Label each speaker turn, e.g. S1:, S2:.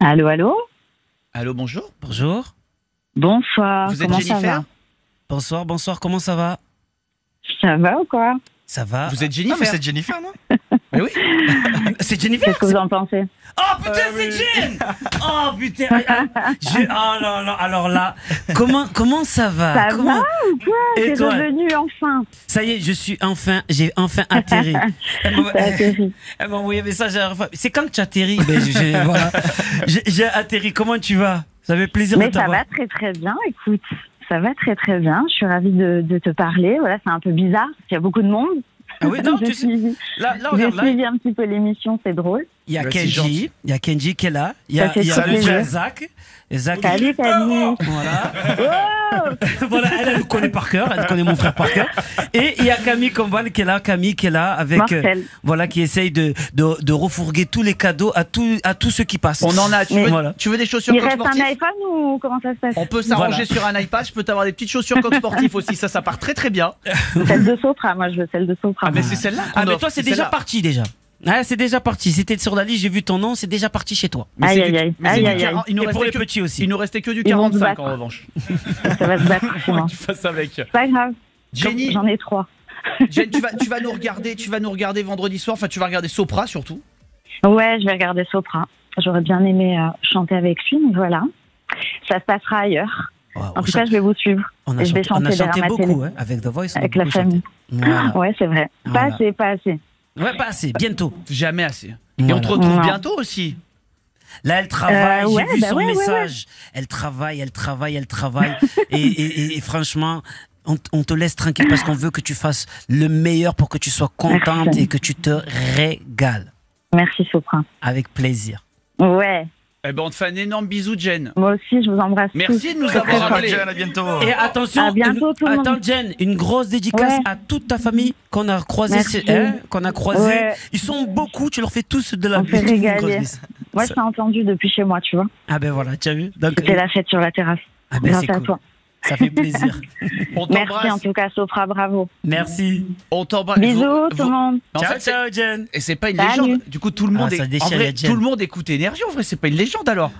S1: Allô, allô
S2: Allô, bonjour.
S3: Bonjour.
S4: Ah,
S1: Bonsoir.
S2: Vous êtes
S1: Comment ça
S2: Jennifer
S1: va
S3: Bonsoir, bonsoir, comment ça va
S1: Ça va ou quoi
S3: Ça
S4: Ah,
S3: va
S2: Vous êtes Jennifer
S3: Non, mais c'est
S2: Jennifer, non Mais oui.
S3: C'est Jennifer
S1: Qu'est-ce que vous en pensez
S3: Oh putain,
S2: Euh,
S3: c'est
S2: oui.
S3: Jen Oh putain je... Oh là là, alors là, comment, comment ça
S1: Ça
S3: va Comment-
S1: C'est
S3: Et toi
S1: revenu enfin.
S3: Ça y est, je suis enfin, j'ai enfin atterri. Elle m'a-
S1: Ça a atterri.
S3: elle m'a envoyé un message à la fois. C'est quand tu atterris Ben, je- je- voilà. J'ai j'ai atterri, comment tu vas Ça fait plaisir
S1: Mais
S3: de
S1: ça
S3: t'avoir.
S1: va très très bien, écoute. Ça va très très bien. Je suis ravie de, de te parler. Voilà, c'est un peu bizarre. parce qu'il y a beaucoup de monde.
S3: Ah oui, non,
S1: J'ai
S3: tu sais,
S1: suivi,
S3: là, là,
S1: j'ai
S3: regarde, là,
S1: suivi un petit peu l'émission, c'est drôle.
S3: il y a
S2: Bah, c'est gentil.
S3: Kenji, il y a Kenji qui est là, il y a,
S1: Ça fait
S3: il y a
S1: très
S3: mon frère
S1: plaisir.
S3: Zach, et Zach,
S1: Salut, Camille.
S3: Voilà.
S1: Oh,
S3: voilà, elle, elle le connaît par cœur, elle connaît mon frère par cœur. Et il y a Camille Combal qui est là, Camille qui est là, avec, euh,
S1: Marcel.
S3: voilà, qui essaye de, de, de refourguer tous les cadeaux à, tout, à tous ceux qui passent.
S4: On en a. Tu
S3: Mais-
S4: veux,
S3: Voilà.
S4: tu veux des chaussures
S1: Il
S4: coq
S1: reste un
S4: sportif
S1: iPhone ou comment ça se passe
S4: On peut s'arranger
S3: Voilà.
S4: sur un iPad. Je peux t'avoir des petites chaussures coq sportif aussi. Ça, ça part très très bien.
S1: Celle de Sopra, moi je veux celle de Sopra.
S4: Ah, mais c'est celle-là.
S3: Ah,
S4: qu'on
S3: mais
S4: offre,
S3: toi, c'est déjà
S4: celle-là.
S3: parti déjà. Ah, c'est déjà parti. C'était sur la liste, j'ai vu ton nom, c'est déjà parti chez toi.
S4: Mais
S1: Aïe,
S4: c'est
S1: aïe,
S4: du-
S1: aïe.
S4: mais c'est
S1: Aïe,
S4: du
S1: aïe, aïe.
S4: 40 Il nous
S3: Et pour les
S4: restait que-
S3: petits aussi.
S4: il nous restait que du
S1: Ils vont se
S4: 45 en
S1: battre.
S4: revanche.
S1: Ça va se battre chez moi.
S4: Tu fasses avec.
S1: C'est Pas grave,
S4: Jenny,
S1: j'en ai trois.
S4: Jen, tu vas, tu vas nous regarder, tu vas nous regarder vendredi soir. Enfin, tu vas regarder Sopra surtout.
S1: Ouais, je vais regarder Sopra. J'aurais bien aimé euh, chanter avec lui, mais voilà. Ça se passera ailleurs.
S3: Wow,
S1: En
S3: Ah, on
S1: tout
S3: chante-
S1: cas, je vais vous suivre
S3: on a
S1: je vais
S3: chanté, on a
S1: chanter
S3: chanté
S1: derrière ma
S3: beaucoup hein, avec The Voice. on a
S1: avec la
S3: beaucoup chanté.
S1: famille.
S4: Ah.
S3: Voilà.
S1: Ouais, c'est vrai. Pas
S3: Voilà.
S1: assez, pas assez.
S3: Ouais, pas assez. Bientôt.
S4: Jamais assez. Et
S3: Voilà.
S4: on te retrouve
S1: Non.
S4: bientôt aussi.
S3: Là, elle travaille.
S1: Euh, ouais,
S3: J'ai vu
S1: bah
S3: son
S1: ouais, ouais, ouais.
S3: message. Elle travaille, elle travaille, elle travaille. et, et- et- et franchement. On, t- on te laisse tranquille parce qu'on veut que tu fasses le meilleur pour que tu sois contente
S1: Merci.
S3: et que tu te régales.
S1: Merci, Sopra.
S3: Avec plaisir.
S1: Ouais,
S4: Eh ben, on te fait un énorme bisou, Jen.
S1: moi aussi, je vous embrasse. tous.
S4: Merci de nous
S1: Très, très
S4: avoir
S1: fort.
S4: appelés.
S2: bientôt.
S3: Et attention,
S1: À bientôt,
S3: une-
S1: tout le monde.
S3: attends, Jen, une grosse dédicace
S1: Ouais.
S3: à toute ta famille qu'on a croisée,
S1: Merci.
S3: c'est- hein, qu'on a croisé.
S1: Ouais.
S3: Ils sont beaucoup, tu leur fais tous de la
S1: On fait
S3: une grosse
S1: régaler.
S3: bise.
S1: Moi, je t'ai entendu depuis chez moi, tu vois.
S3: Ah ben voilà, tu as vu Donc,
S1: C'était la fête sur la terrasse.
S3: ah ben
S1: Grâce
S3: c'est
S1: à
S3: cool.
S1: toi.
S3: Ça fait plaisir.
S4: On
S1: Merci en
S4: t'embrasse.
S1: tout cas, Sopra, bravo.
S3: Merci.
S4: On t'embrasse.
S1: Bisous,
S4: Vous-
S1: tout le monde.
S4: En
S3: ciao,
S4: fait, euh, c'est-
S3: ciao, Jen.
S4: Et c'est pas une
S1: Salut.
S4: légende. Du coup, tout le
S3: Ah,
S4: monde,
S3: ça
S4: est, en
S3: déchire,
S4: vrai,
S3: la Jen.
S4: tout le monde écoute énergie. En vrai, c'est pas une légende alors.